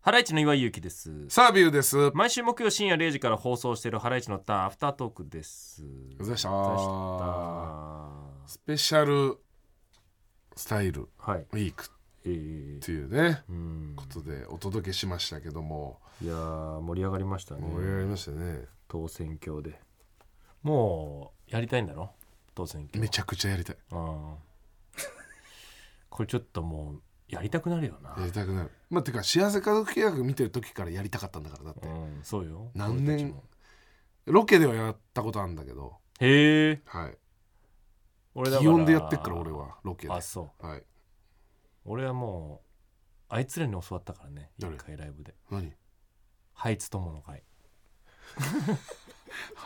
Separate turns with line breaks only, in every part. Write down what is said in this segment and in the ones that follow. ハライチの岩井ゆうきです
サービューです。お疲
毎週木曜深夜0時から放送しているハライチのターンアフタートークです
れ様でした。
は
スペシャルスタイルウ
い、
ィーク
えー
っていうね、
うん、
ことでお届けしましたけども、
いやー盛り上がりましたね
盛り上がりましたね。
当選挙でもうやりたいんだろ当選挙
めちゃくちゃやりたい。
うん これちょっともうやりたくなるよな
やりたくなる。まあ、てか、幸せ家族契約見てる時からやりたかったんだから、だって
う。んそうよ
何年
俺たちも
ロケではやったことあるんだけど、
へえ
はい。
俺だか
気
ら
温でやってっから、俺は、ロケで。は
あそう
い。
俺はもうあいつらに教わったからね一
誰
回ライブで
何
ハイツ友の会、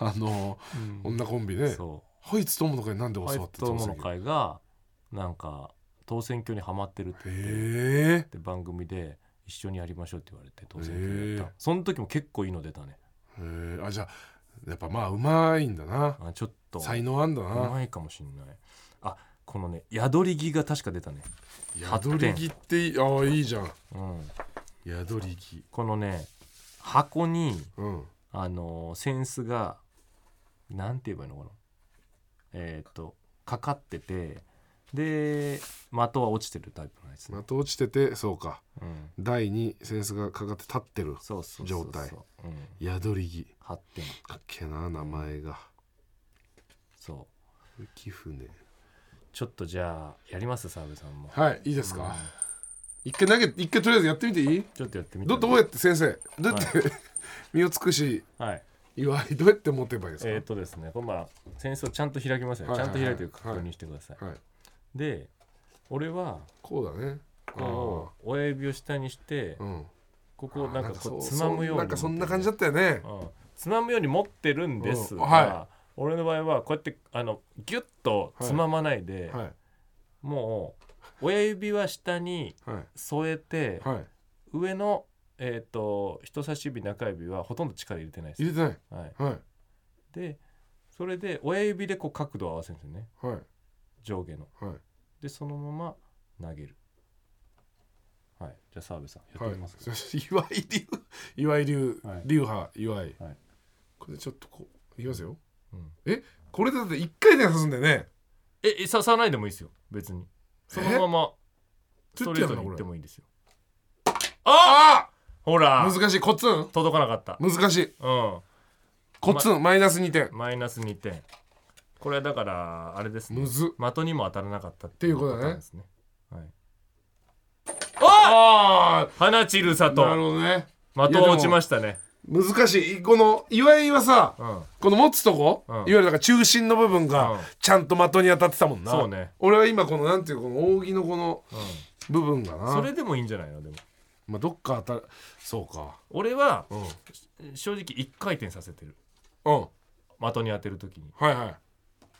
あのー、 女コンビね。
そ
ハイツ友の会なんで
う
教
ハイ
わっ
ツ
てた
友の会がなんか当選挙にハマってるって言って
へえ。
で番組で一緒にやりましょうって言われて当選挙にやった、
へえ
その時も結構いいの出たね
へえ。あ、じゃあ、やっぱまあ、うまいんだな。
あちょっと
才能あんだ
う
な。
まいかもしんないあこのね宿り着が確か出たね、
宿り着っていい、ああ、いいじゃん。
うん、
宿り着。
このね箱に
うん。
あのーセンスがなんて言えばいいのかなえーっとかかっててで的は落ちてるタイプのやつね、
的落ちてて、そうか。
うん、
台にセンスがかかって立ってる。
そうそうそうそう
状態
うん、
宿り着。
発展
かっけえな、名前が。
そう
貴船。
ちょっとじゃあやります澤部さんも
はい、いいです
うん
か。一回投げ、一回とりあえずやってみていい。
ちょっとやってみて
ど、どうやって先生、どうやって、 身を尽くし、
はい
祝い、どうやって持てばいいですか。
えーっとですねこれまあ扇子をちゃんと開きますよね、
はいはいは
ちゃん
い
と開いてる確認してください、
はい、
で俺は
こうだね。
こう親指を下にして
ああうん。
ここをなんかこう
あ
つまむように
なんかそんな感じだったよね。
うんつまむように持ってるんですが、
うんは
俺の場合はこうやってあのギュッとつままないで、
はい。
もう親指は下に
はい。
添えて、
はい。
上の、えー、と人差し指中指はほとんど力入れてないで
入れてない。
す、はい、
は
でそれで親指でこう角度を合わせるんですよね
い。はい。
上下の
はい。
でそのまま投げるはいじゃあ澤部さんやっ
は
て
い
みます、か、
岩井流岩井流、
はい
流派岩井、
はい
これでちょっとこういきますよ
うん
えこれだって一回で刺すんだよね
ええ刺さないでもいいですよ別にそのままストレートに行ってもいいですよ
あ
ほ
あ
ら
難しいコツン
届かなかった
難しいうコツン、マイナス2点
んマイナス2点これはだからあれですね
むずっ
的にも当たらなかったっ
っていうことだね
パターンですねはいああ花散る里
なるほどね
的は落ちましたね
難しいこの岩井はさ、
うん
この持つとこ、
うん
いわゆるだから中心の部分
うん
がちゃんと的に当たってたもんな
そうね
俺は今このなんていうこの扇のこの
うん
部分がな
それでもいいんじゃないのでも
まあ、どっか当たるそうか
俺は
うん、うん、
正直1回転させてる
はい
的に当てるときに
は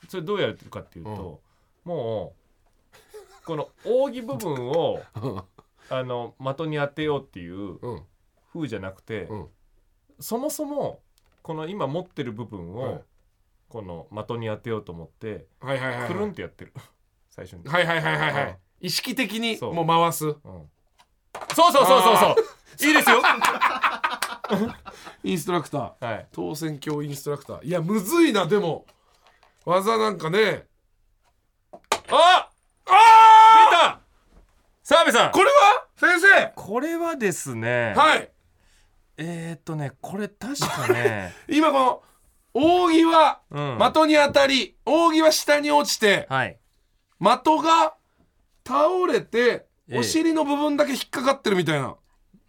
い
それどうやるかっていうと、もうこの扇部分を
うん
あの的に当てようっていう
うん
風じゃなくて、
うん
そもそもこの今持ってる部分
は
を
い
この的に当てようと思って
はいはいはいはい
くるんってやってる 最初に、
はいはいはいはいは
うん
い意識的に
そう
もう回す
うんそうそうそうそう
あ
そういいです よ
インストラクター
はい
当選教インストラクターいやむずいなでも技なんかね
あ
あ
出た澤部さん
これは先生
これはですね
はい
えー、っとねこれ確か ね、
今この扇は
うん、
的に当たり扇は下に落ちて
はい
的が倒れて
ええ
お尻の部分だけ引っかかってるみたいな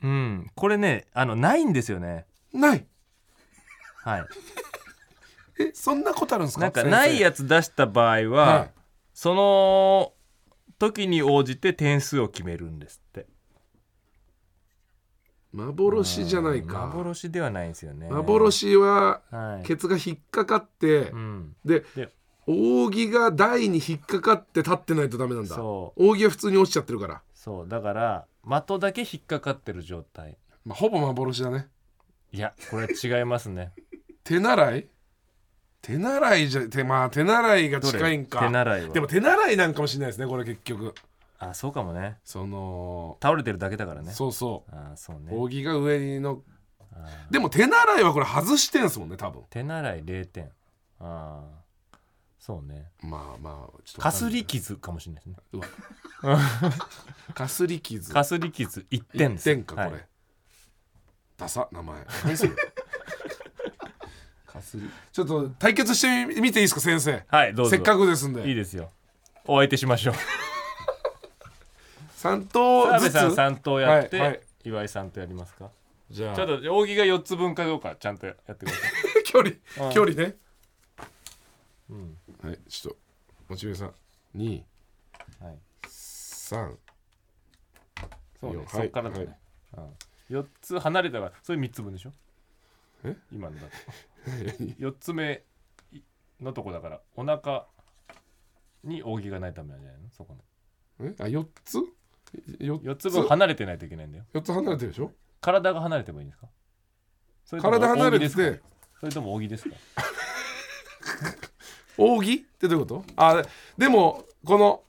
うん、これね、あの、ないんですよね。
ない
はい。
えそんなことあるんですか
なんか、ないやつ出した場合は、
はい
その時に応じて点数を決めるんですって。
幻じゃないか
幻ではないんですよね。。
幻は
はい。
ケツが引っかかって、
うん。
で
で
扇が台に引っかかって立ってないとダメなんだ
そ
扇は普通に落ちちゃってるから、
そう、だから、的だけ引っかかってる状態。
まあ、ほぼ幻だね
いや、これは違いますね。
手習い手習いじゃ手,、まあ、手習いが
どれ
近いんか
手習いは。
でも手習いなんかもしれないですねこれ結局
あそうかもね
その、
倒れてるだけだからね
そうそ
あーそう
う、
ね
扇が上の
あー
でも手習いはこれ外してんすもんね多分
手習い0点あーそうね
まあまあちょっとわ
か
かん
す
ない
り傷かもしれないですね
うわかすり傷
かすり傷1点で
1
す
点かこれ、
はい
ダサ名前何それかすりちょっと対決してみていいですか先生
はいどうぞ
せっかくですん
いい
で
ですよお相手しま しょう
3頭
澤
ず
部
つ
さん3投やって、
はいはい
岩井さんとやりますか
じゃあ
ちょっと扇が4つ分かどうかちゃんとやってください
距離
うん
距離ね、
うん
はいちょっとモチベさん2
はい
3
そうね、
はい
そっからだね、うん、4つ離れたからそれ3つ分でしょ
え
今のだ と4つ目のとこだからお腹に扇がないためなんじゃないのそこの
えあ4つよ
4つ分離れてないといけないんだよ
四つ離れてるでしょ
体が離れてもいいんですかそれとも
体離れて
扇です
て
かそれとも扇ですか
扇ってどういうことあでもこの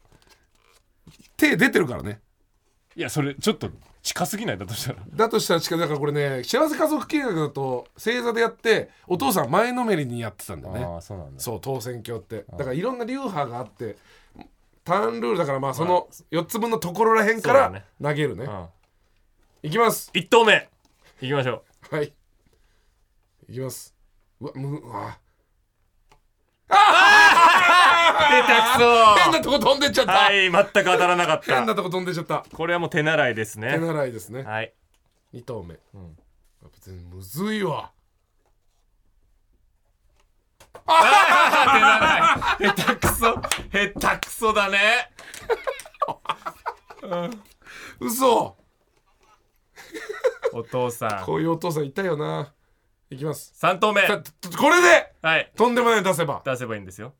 手出てるからね
いやそれちょっと近すぎないだとしたら
だとしたら近いだからこれね幸せ家族計画だと正座でやってお父さん前のめりにやってたんだよね
ああそうなんだ
そう当選教ってだからいろんな流派があってターンルールだからまあその4つ分のところらへんか
そうだ
ら
ね
投げるね
うん、
いきます
1投目いきましょ
はいいきますうわむうわ
う下手くそ
変なとこ飛んでっちゃった、
はい全く当たらなかっ
変
た
なとこ飛んでっちゃった
これはもう手習いです
手
ね
習いですね
はい
2投目、うんやっぱ全然むずいわ
あー手習い下手くそ下手くそだね
嘘
お父さん
こういうお父さんいたよないきます
3投目
さととこれで
はい
とんでもないの出せば
出せばいいんですよ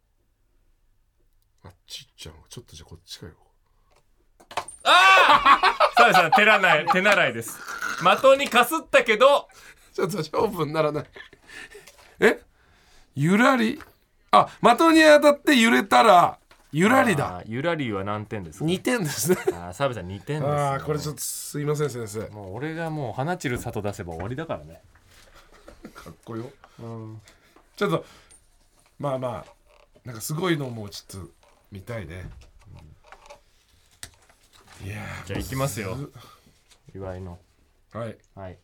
あっちっちゃんはちょっとじゃあこっちかよ
澤部さん手習い手習いです的にかすったけど
ちょっと勝負にならない えゆらりあ的に当たって揺れたらゆらりだ
あーゆらりは何点ですか
2点です ね
あー澤部さん2点です、ね、
ああこれちょっとすいません先生か
もう俺がもう花散る里出せば終わりだからね
っこよ、ちょっとまあまあなんかすごいのもちょっと見たいね、いや
じゃあ行きますよ祝いの
ーはい
はい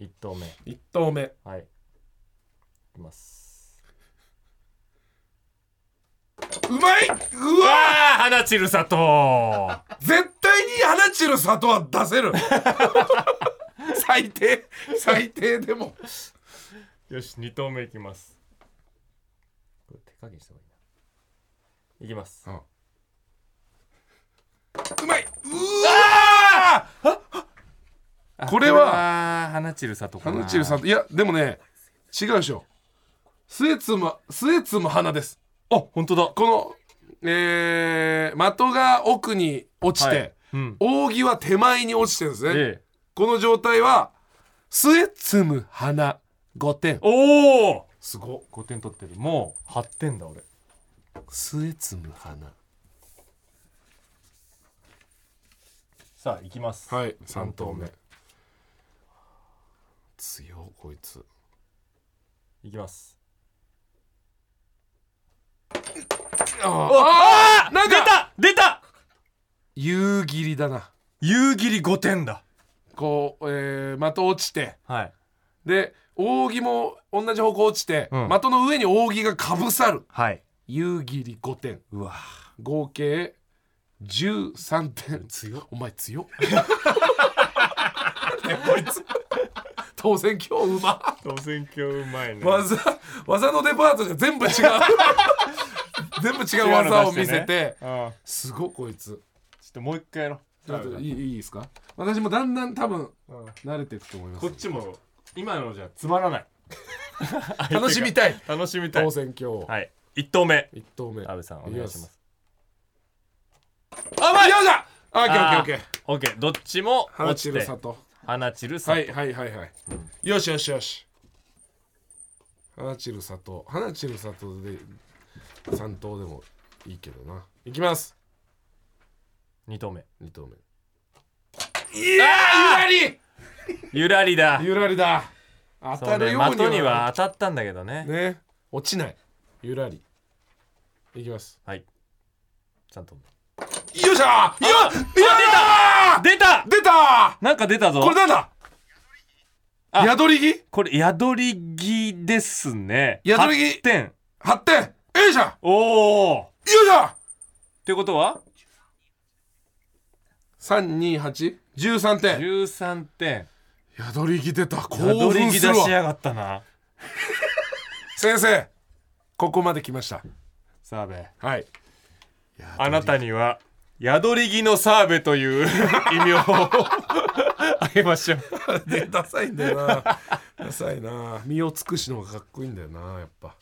1投目
1投目
はいいきます
うまいうわ
ああ花散る里
絶対に花散る里は出 せる最低最低でも
よし2投目いきますこれ手加減した方がいいないきます
あうまいうわこれは
花散る里かな
花散る里いやでもね違うでしょ末妻末妻花です
あ本当だ
このえー、的が奥に落ちて、
はいうん
扇は手前に落ちてるんですね、
ええ
この状態は末妻花5点
おお
すご
5点取ってるもう8点だ俺
末妻花
さあいきます
はい3
投
投
目
目強こいつ
いきます
ああなん
出
か
た出た
夕霧だな
夕霧5点だ
こう、えー、的落ちて
はい
で扇も同じ方向落ちて、
うん
的の上に扇がかぶさる
はい
夕霧5点
うわ
合計13点
強っ
お前強っ ねこいつ当選今日うま
当選今日うまいね
技技のデパートじゃ全部違う全部違う技を見せて
ああ
すごいこいつ
ちょっともう一回やろ
ちょっといいいいですか私もだんだん多分慣れていくと思います
こっちも今のじゃつまらない
楽しみたい
楽しみたい
当選今日
はい一投目
一投目
阿部さんお願いします
あまいよっしゃあオッケーオッケーオッケ
オ
ー
ッケーどっちも
花
落
散
ち
る
て
里
花散るさ
はいはいはいはい、よしよしよし花散る里花散る里で三頭でもいいけどないきます
2投目
二投目いやーゆ
ゆらりだ
らりゆらりだ当
そ
た
うね
るように
的には当たったんだけどね
ね落ちないゆらりいきます
はいちゃんと
よっしゃーよっやっ
出た
出た出た
なんか出たぞ
これなんだ
あ
宿り木
これ宿り木ですね
宿り木
8点
8点よいしょよ
おおっ
いしょ
てことは
32813点
13点
宿り木出た興
宿り
奮
木
す
出
る
し
わ
やがったな
先生ここまで来ました
澤部
はい
あなたには宿り木の澤部と いう異名をあげましょう
でダサいんだよなダサいな身を尽くしの方がかっこいいんだよなやっぱ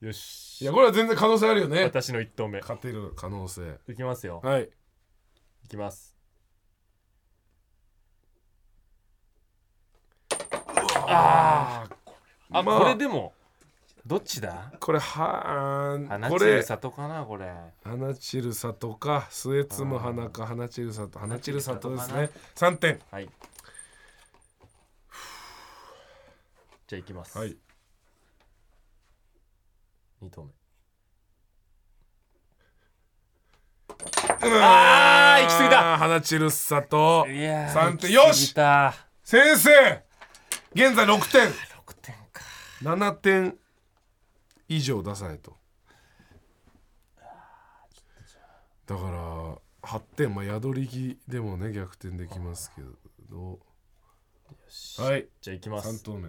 よし
いやこれは全然可能性あるよね
私の1投目
勝てる可能性
いきますよ
はい
いきます
ああ
あ、
まあ
これでもどっちだ
これはあー
花
こ
散る
れ
里かなこれ
花散る里か末摘む花か花散る里花散る里です
花散
ね3点
はいじゃあいきます、
はい
2投目
あ
ー行き過ぎた
花散る里
いやー行
3点
き過ぎ
よした先生現在6点
6点か
7点以上出さないとだから8点まあ宿り木でもね逆転できますけどはい
じゃあいきま
3
す
投目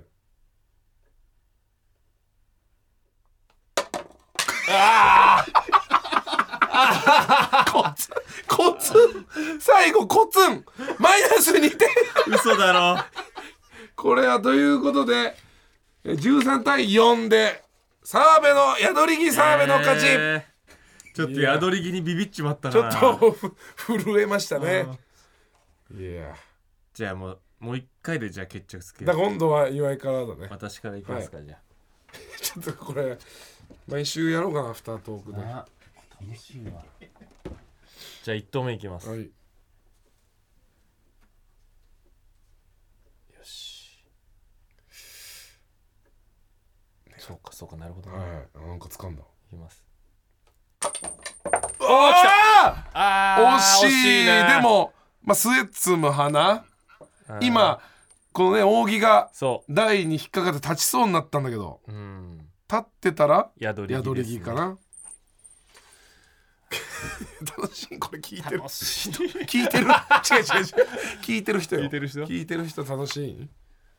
ああコツコツ最後コツンマイナス2点
嘘だろ
これはということでえ13対4で澤部の宿り木澤部の勝ち、
えーちょっと宿り木にビビっちまったな
ちょっとふ震えましたねいや
じゃあもうもう一回でじゃあ決着つけ
だ
よう
今度は岩井からだね
私からいきますか、じゃ
ちょっとこれ毎週やろうかなアフタートーク
あ
では
な楽しいわじゃあ1投目いきます、よ
い
しそうかそうかなるほど、ね
はいなんか掴んだ
いきます
あ
あ
あ惜しい
な
でもまあ末摘む花
うん
今このね扇が
そ
台に引っかかって立ちそうになったんだけど
ううん
立ってたら
宿り木
宿
で
り
す、
木
ね、
かな 楽しいこれ聞いてる
楽しい
聞 いてる違う違う違う聞いてる人よ
聞いてる人
聞いてる人楽し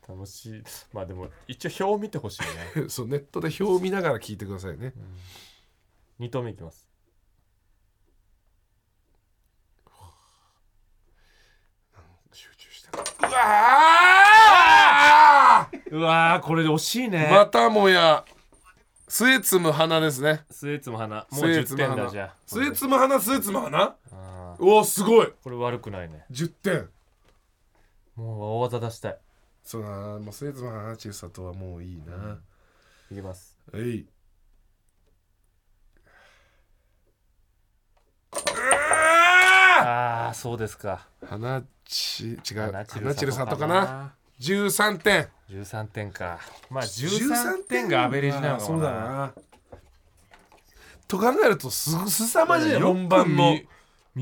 楽しいまあでも一応表を見てほしいね
いそうネットで表を見ながら聞いてくださいね
2投目いきます
集中してうわー
うわーこれで惜しいね、
またもや末摘む花ですね
スエツム花もう
末
10
摘
点
む
だ
花
じゃあ
末摘む花末摘む花
あー
おおすごい
これ悪くないね
10点
もう大技出したい
そうだなもう末摘む花ちさとはもういいな、
いきます
はい。
ああそうですか
花ち違う
花
花
散
散
る里
る里かな13点
13点かまあ13点がアベレージなのかもな
そうだなと考えるとすすさまじい
よ
ね
く
本番の
見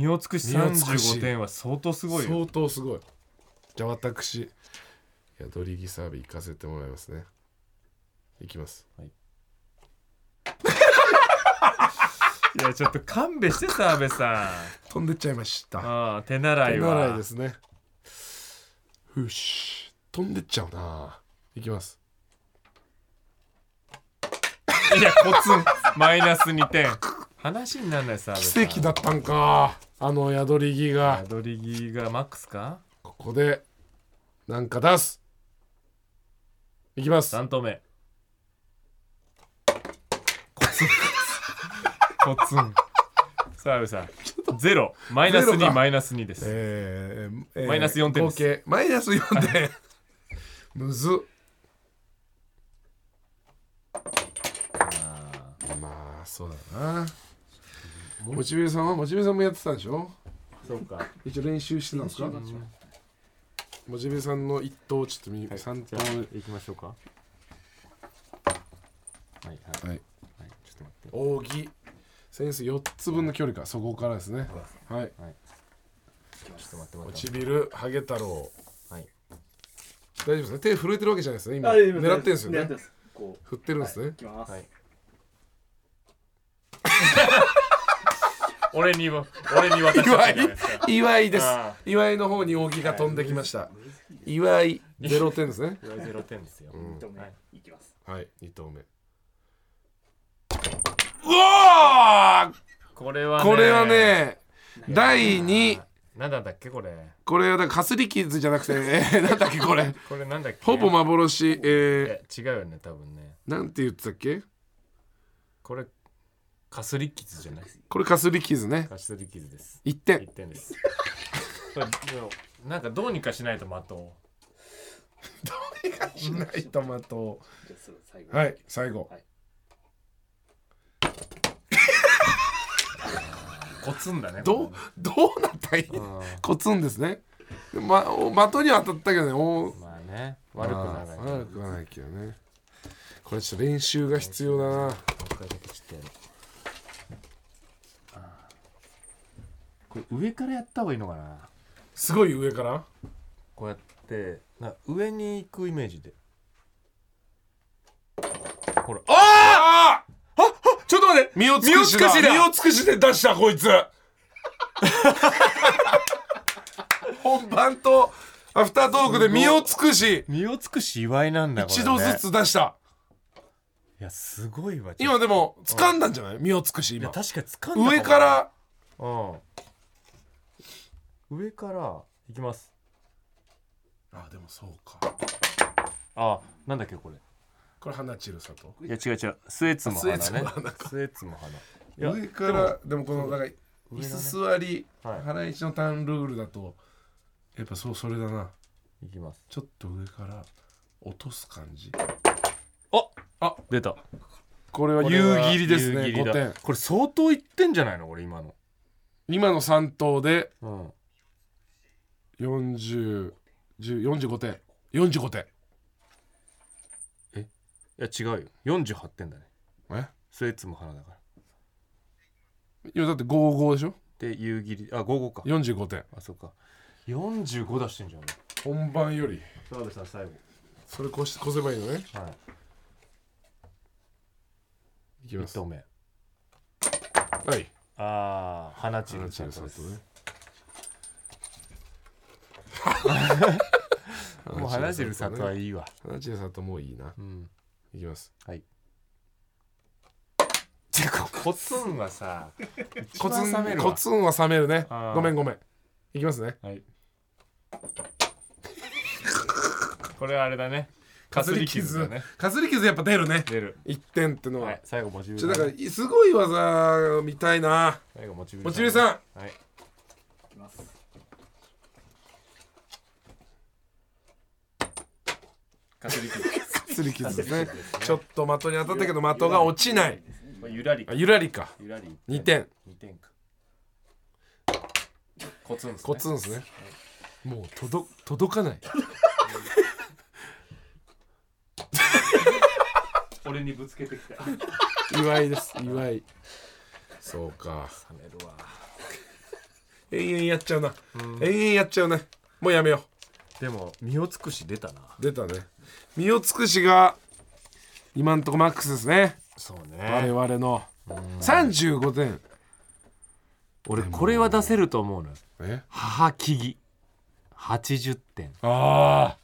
身を尽くし
身を尽くし
35点は相当すごいよ
相当すごいじゃあ私宿り木サービ行かせてもらいますねいきます
いやちょっと勘弁して澤部さん
飛んでっちゃいま した
ああ手習
手
いは
習いですねふし飛んでっちゃうないきます
いやコツンマイナス2点話にならない澤部
奇
さん
跡だったんかあの宿り木が
宿り木がマックスか
ここでなんか出すいきます
3投目コツンコツン澤部さんゼロマイナス
ゼロ
2
か
マイナス2です
えーえー
マイナス四点です
合計マイナス4点 むずまあそうだなモチベさんはモチベさんもやってたでしょ
そうか
一応練習してたんですか
練習
うん
もじめさんの一投ちょっと見、
はい
三
じ
投
ゃあ行きましょうかはいはい
はい
はいちょっと待って
扇先生4つ分の距離かそこからですねはい
はいちょっと待って待って
唇ハゲ太郎
はい
大丈夫ですね手震えてるわけじゃないですね今
あいや今
狙ってんですよ
狙って
ね
ますこう
振ってるんですね、
いきます、
はい俺にも俺に渡し
岩
た
井
じゃないですか
岩井です
あ
岩井の方に扇が飛んできました岩井0点ですね
ゼロ点ですよ、
ん
一投目
はい
いきます
はい2投目うわ
これは
ー
ね
これはね第
に
2
なんだったっけこれ
これはだからかすり傷じゃなくて、えー、 なんだっけこれ
これなんだっけ
ほぼ幻え
いや
ー、
違うよね多分ね
なんて言ってたっけ
これかすり傷じゃない
これかすり傷ね
かすり傷です
1点
一点です これでもなんかどうにかしないと的を
しないトマト
じゃあすぐ最後
はい最後
コツンだね
どう
こ
どうなったい
れうん
コツンですねまお的には当たったけどねお
まあね悪くならない
まあ悪くはないけどねこれちょっと練習が必要だな
もう一回だけちょっとやろうあーこれ上からやった方がいいのかな
すごい上から
こうやってな上に行くイメージでほらあ
あー
ちょっと待って
身を尽くし
身を尽
だ
くしだ
身を尽くしで出したこいつ本番とアフタートークで身を尽くし
身を尽くし祝いなんだこれ、
一
ね、
度ずつ出した
いやすごいわちょっ
今でも掴んだんじゃない身を尽くし
といや
今
確かに掴んだもん
上から
うん上からいきます
あでもそうか
あなんだっけこれ
これ花散る佐藤
いや違う違うスエツも花ね
スエツも花か
スエツも花いや
上からでもこのなんか椅
上だね
子座り、
はい
ハライチのターンルールだとやっぱそうそれだない
きます
ちょっと上から落とす感じ
出た
これは
これ
夕
は
霧ですね
夕霧
5
だ
点
これ相当いってんじゃないのこれ今の
今の3投で
うん
4010 45点45点
いや違うよ48点だね
え
スエツも花だから
今だって55でしょ
で夕霧あ午後か
45点
あそうか45出してんじゃん
本番より
澤部さん最後
それ越し越せばいいのね
はい
いきま
1
す
投目
はい
ああ花散
花
る
散る佐
です
藤ね
もう花散る里はいいわ
花散る佐藤もういいな
うん
いきます
てかコツンはさ
コツ
一番冷め
ン
るわ
コツンは冷めるね
あー
ごめんごめんいきますね
はいこれはあれだね
か
か
す
す
り
り
傷
傷だね
かすり傷やっぱ出るね
出る
1点ってのは、
はい最後持ち
ち
ぶ
ょだ
り
か
だ
ら
ね
すごい技見たいな
最後持ちぶり
もちびさん
んはい
いきます
かすり傷
かすり 傷ですねちょっと的に当たったけど的が落ちない
まあゆらり
あゆらりか
ゆらり
2点
2点かコツンですね
コツンですねもう届届かない
俺にぶつけてきた冷
祝い です祝いそうか
めるわ
延々やっちゃうな、延々やっちゃうねもうやめよ
でも身を尽くし出たな
う出たね身を尽くしが今んとこマックスですね
そう
我
ね
々の35点
俺これは出せると思うのよ
え
母木々80点
あ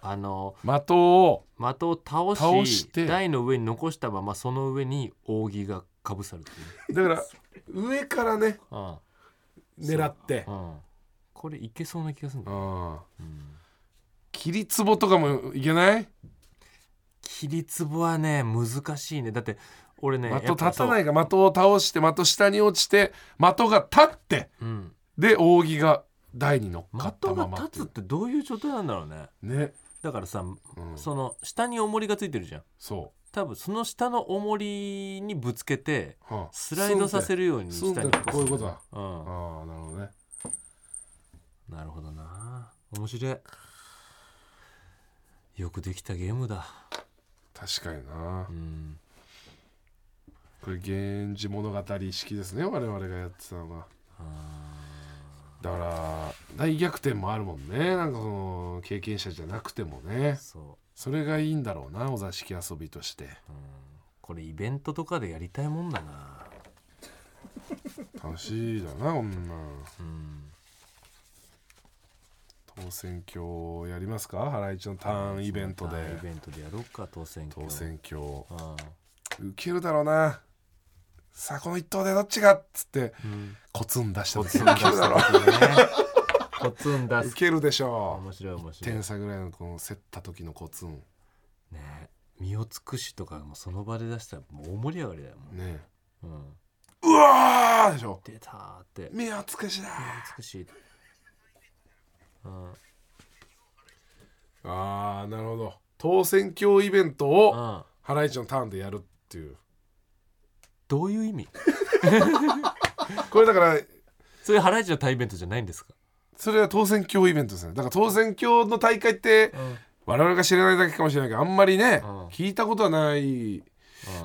あの
あ的を
的を倒し
倒して
台の上に残したままその上に扇がかぶさるっていう
だから上からね
あ
狙って
あ、うん、これいけそうな気がするんだよ
ああ切り壺とかもいけない
切り壺はね難しいねだって俺ね、
的立たないいが的を倒して的下に落ちて的が立って
うん、
で扇が台に乗っかっ
的
たま
が
まって
立
いう
つってどういう状態なんだろうね
ね
だからさ、
うん
その下に重りがついてるじゃん
そ
多分その下の重りにぶつけて
う、はあ
スライドさせるように
スンっ
してた
スンってこういうことだ
うん、
ああなるほどね
面白いよくできたゲームだ
確かにな
うん
これ「源氏物語」式ですね我々がやってたのがだから大逆転もあるもんねなんかその経験者じゃなくてもね
そ
それがいいんだろうなお座敷遊びとして
う、うん、これイベントとかでやりたいもんだな
楽しいだなこんなん
うん
当選挙やりますかハライチのターンイベント
ターンイ
で
ベントでやろうか当選
当選挙
あ
受けるだろうなさあこの一投でどっちがっつって
あ うん
コツン出した
コ
時
ツン
受
出
ける
す
だろう
時ねコツン 出
受
す
けるでしょ
面白い面白い
点差ぐらいのこの競った時のコツン
ね身を尽くしとかもその場で出したらもう大盛り上がりだよも
ね
う、うん、
うわーでしょ
出たーって
目をつくしだ
美しい、うん、うん
あーなるほど当選挙イベントをハライチのターンでやるっていう
どういう意味
これだから
それハライチの対イベントじゃないんですか、
それは当選挙イベントですねだから当選挙の大会って我々が知らないだけかもしれないけどあんまりね
うん
聞いたことはない
うん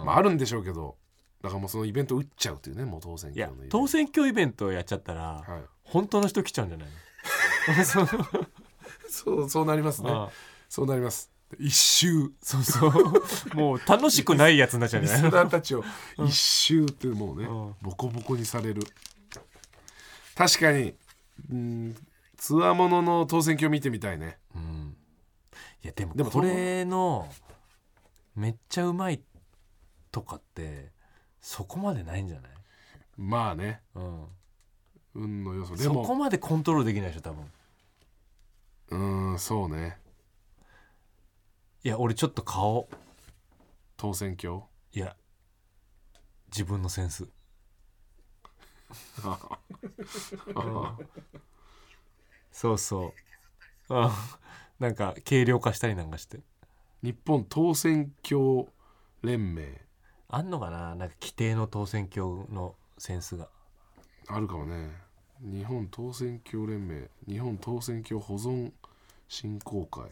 まああるんでしょうけどだからもうそのイベント打っちゃうっていうねもう当選
い
挙
や
のイベント
当選挙イベントをやっちゃったら
はい
本当の人来ちゃうんじゃないのそう
そう そうなりますね
ああ
そうなります一周
そう そうもう楽しくないやつになっちゃうん
リ
じゃ
ス
ないの
ナーた ちを一周っていうもうね、
うん
ボコボコにされる確かにうんつわものの当選挙見てみたいね
うんいやでも
でも
これのめっちゃうまいとかってそこまでないんじゃない、
まあね
うん、
運の要素で
そこ
も
までコントロールできないでしょ多分
うーんそうね
いや俺ちょっと顔
当選 挙
いや自分のセンスそう そううんなんか軽量化したりなんかして
日本当選挙連盟
あんのかななんか規定の当選挙のセンスが
あるかもね日本当選挙連盟日本当選挙保存振興会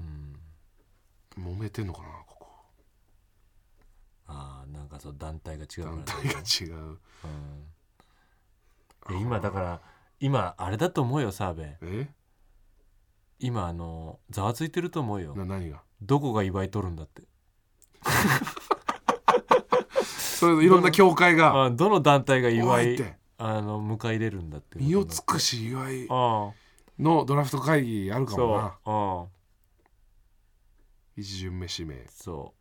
うん
揉めてんのかなここ
あーなんかそう団体が違うからね、
団体が違う
うんいや今だから今あれだと思うよ澤部
え
今あのざわついてると思うよ
な何が
どこが祝い取るんだって
それいろんな教会が
あどの団体が
お
祝
いっ
い
て
あの迎え入れるんだって
身を尽くし祝い
あ
のドラフト会議ある
あ
かもな
そううん
一巡目指名
そ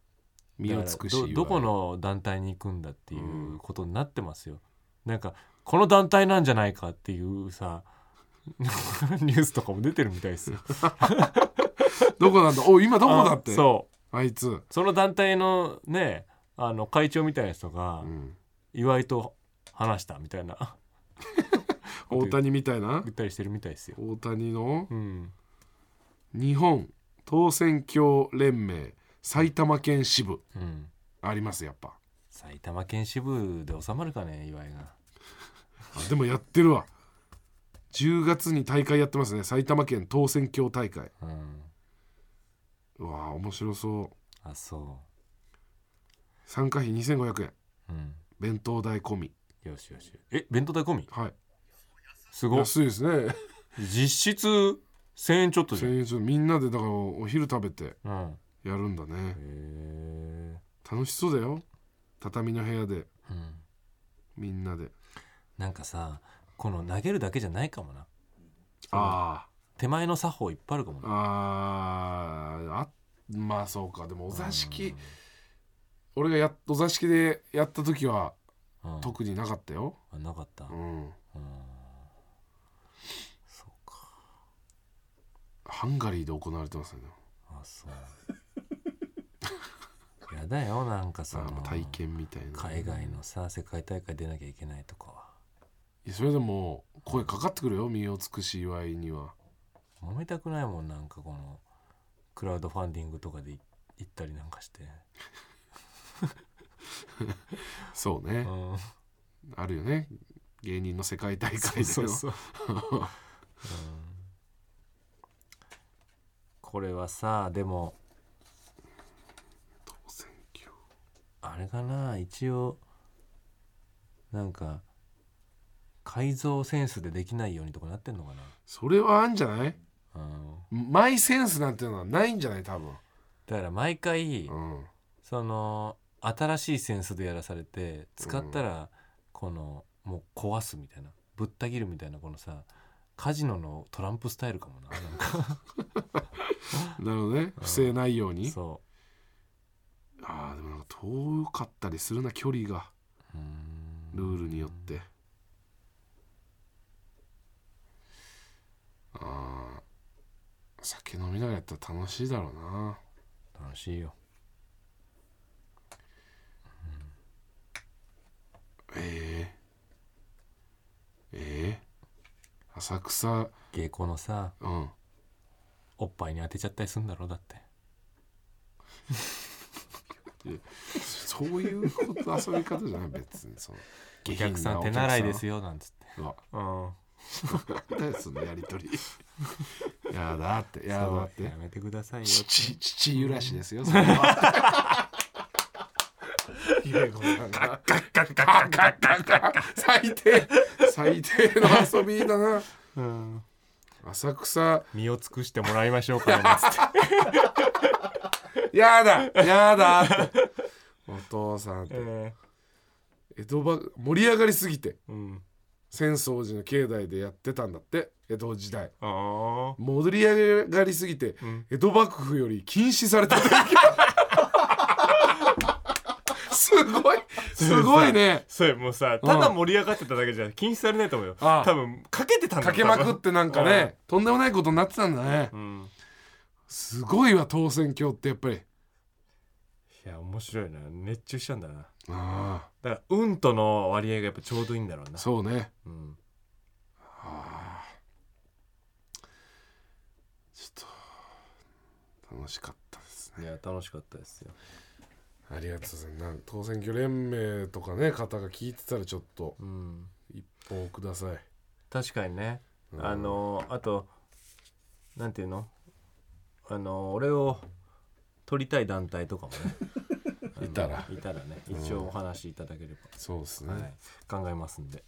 う
身を尽くし
だか
祝
ら
い
どどこの団体に行くんだっていうことになってますよ、なんかこの団体なんじゃないかっていうさ ニュースとかも出てるみたいですよ
どこなんだお今どこだって
あそう
あいつ、
その団体のねあの会長みたいな人が
うん
岩井と話したみたいな
大谷みたいな
言ったりしてるみたいですよ、
大谷の
うん、
日本当選挙連盟埼玉県支部
うん、
ありますやっぱ
埼玉県支部で収まるかね岩井が
あでもやってるわ10月に大会やってますね埼玉県当選挙大会
うん
うわあ面白そう
あそ
参加費2500円
ううん
弁当代込み
よしよしえ弁当代込み
はい
すごい
安いですね
実質1000円ちょっとじゃん、
先日みんなでだからお昼食べて
うん
やるんだね
へ
楽しそうだよ畳の部屋で
え、うん、
みんなで
なんかさこの投げるだけじゃないかもな
あ
手前の作法いっぱいあるかも
ー
な
あーあまあそうかでもお座
う
敷
ん
俺がやお座敷でやった時は
うん
特になかったよ
あなかった、う
うんん
そうか
ハンガリーで行われてますよね
あ そうやだよなんかそ
あーま
の
あ体験みたいな
海外
い
のさ世界大会出なきゃいけないとかは
やそれでも声かかってくるよ身を尽くし祝いには
揉めたくないもんなんかこのクラウドファンディングとかでい行ったりなんかして、
そう
う
ね
ん、
あるよね芸人の世界大会で
そうそうそう
これはさでも
当選挙
あれかな一応なんか改造センスでできないようにとかなってんのか
それはあんじゃない
な、うん、
マイセンスなんていうのはないんじゃない多分
だから毎回、
うん
その新しいセンスでやらされて使ったらこの、もう壊すみたいなぶった切るみたいなこのさカジノのトランプスタイルかもな なんか
なるほどね不正ないように
そ
あーでもなんか遠かったりするな距離が
ううーん
ルールによってあー酒飲みながらやったら楽しいだろうな
楽しいよ
ええええ浅草
芸妓のさ
うん
おっぱいに当てちゃったりすんだろだって
そういうこと遊び方じゃない別にその
お客さん手習いです
よ
よなんつって
うわ
うん
なんだよそのやりとり やだってやだっ
そう
て
やめてくださいよ
父父揺らしですよそれは ひでえことだな
ガッガッガッガッガッ
最低最低の遊びだな
うん
浅草
身を尽くしてもらいましょ うかねなんつって
やだやだってお父さんって
え
江戸ば盛り上がりすぎて
ーうん
浅草寺の境内でやってたんだって江戸時代
あ
盛り上がりすぎて、
ん
江戸幕府より禁止された すごいすごいね
それもうさただ盛り上がってただけじゃ禁止されないと思うよ
ああ
多分かけてたんだ
かけまくってなんかねとんでもないことになってたんだね
多分うん
すごいわ当選教ってやっぱり
いや面白いな熱中しちゃうんだなだか
あ
ら運との割合がやっぱちょうどいいんだろう
あ
な
そうね
うん
あーちょっと楽しかったです
い
ね
や楽しかったですよ
ありがとうございますなん当選挙連盟とかね方が聞いてたらちょっと
うん
一報ください
確かにね
うん
あのあとなんていうのあの俺を取りたい団体とかも ねあの
いたら
いたらね一応お話しいただければ
そうですね、
はい、考えますんで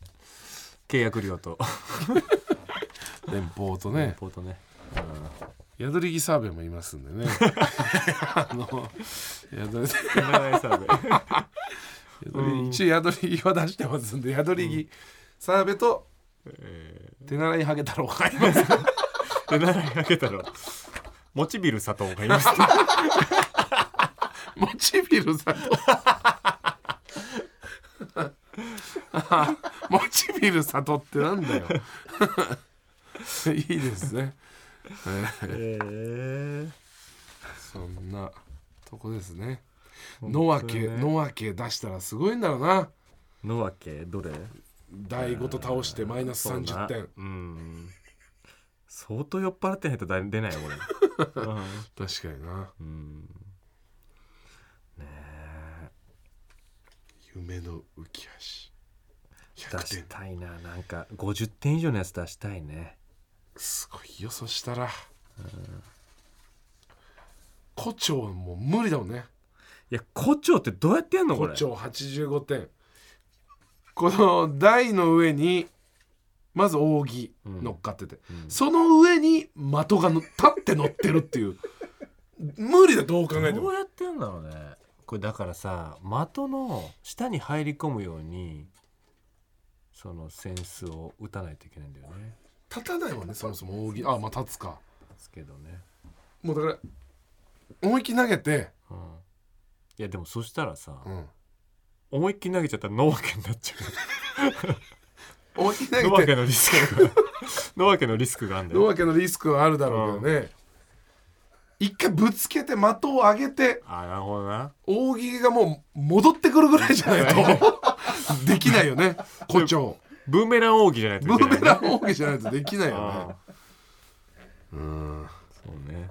契約料と
連邦と
レ
ね
ポートね、
宿り木サーベイもいますんでねあの宿り
うん、占いサーベイ
宿り一応宿り木は出してますんで宿り木、サーベイと
え
手習いハゲ太郎がいます
ー、 で習いかけたらモチビル佐藤がいました
モチビルさんと モチビル里ってなんだよ いいですね、え
え
ー
ー、
そんなとこですね野
野
分け野分け出したらすごいんだろうな
のわけどれ
第5と倒してマイナス
そうな
30点
うん相当酔っ払ってないとだ出ないよこ れ
確かにな
うん、うん、ね
夢の浮き足
え出
100
し
点
たいななんか50点以上のやつ出したいね
すごいよそしたら胡蝶はもう無理だもんね
いや胡蝶ってどうやってやんのこ
胡
れ
蝶85点この台の上にまず扇乗っかってて、
うん
その上に的がの立って乗ってるっていう無理だどう考えて
ど
も
うやってんだろうねこれだからさ的の下に入り込むようにそのセンスを打たないといけないんだよね
立たないもんねそもそも扇あまあ立つか
ですけどね、
もうだから思いっきり投げて、
うん、いやでもそしたらさ、
うん、
思いっきり投げちゃったらノワケになっちゃ
思いっきり
うノ
投
ワ
げ
ケ
て
のリスクが ノワケのリスクがあるんだ
野
よ
分けのリスクはあるだろうけどね、一回ぶつけて的を上げて
あなるほどな
扇がもう戻ってくるぐらいじゃない とできないよね胡蝶。
ブーメラン奥義じゃないとい
ブ
けない、ね、
ーメラン扇じゃないとできないよね
あ。
うん。は
ーそうね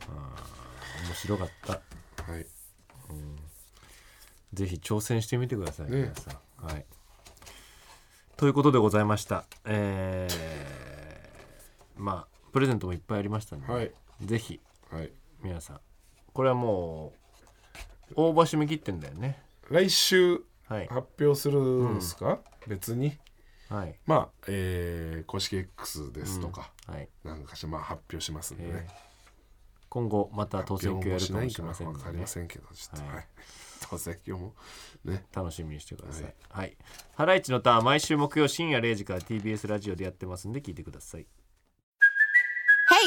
あー面白かった
い。
ぜひ挑戦してみてください、
ね
皆さん。はい、ということでございました。えーまあプレゼントもいっぱいありましたので、
はい
ぜひ
はい
皆さんこれはもう応募締め切ってんだよね
来週
はい
発表するんですか、別に
はい
まあ、えー、公式 X ですとか、
はい、
なんかしまあ発表しますんで
え
ね
ー、今後また当
発
選
表
挙
も
やる
し
か
な
も
い
しれませ
か
ん
わ
ので
かりませんけどちょっと
はい
はい当選挙もね
楽しみにしてください。はい。ハライチのターン毎週木曜深夜0時から TBS ラジオでやってますんで聞いてください。
Hey,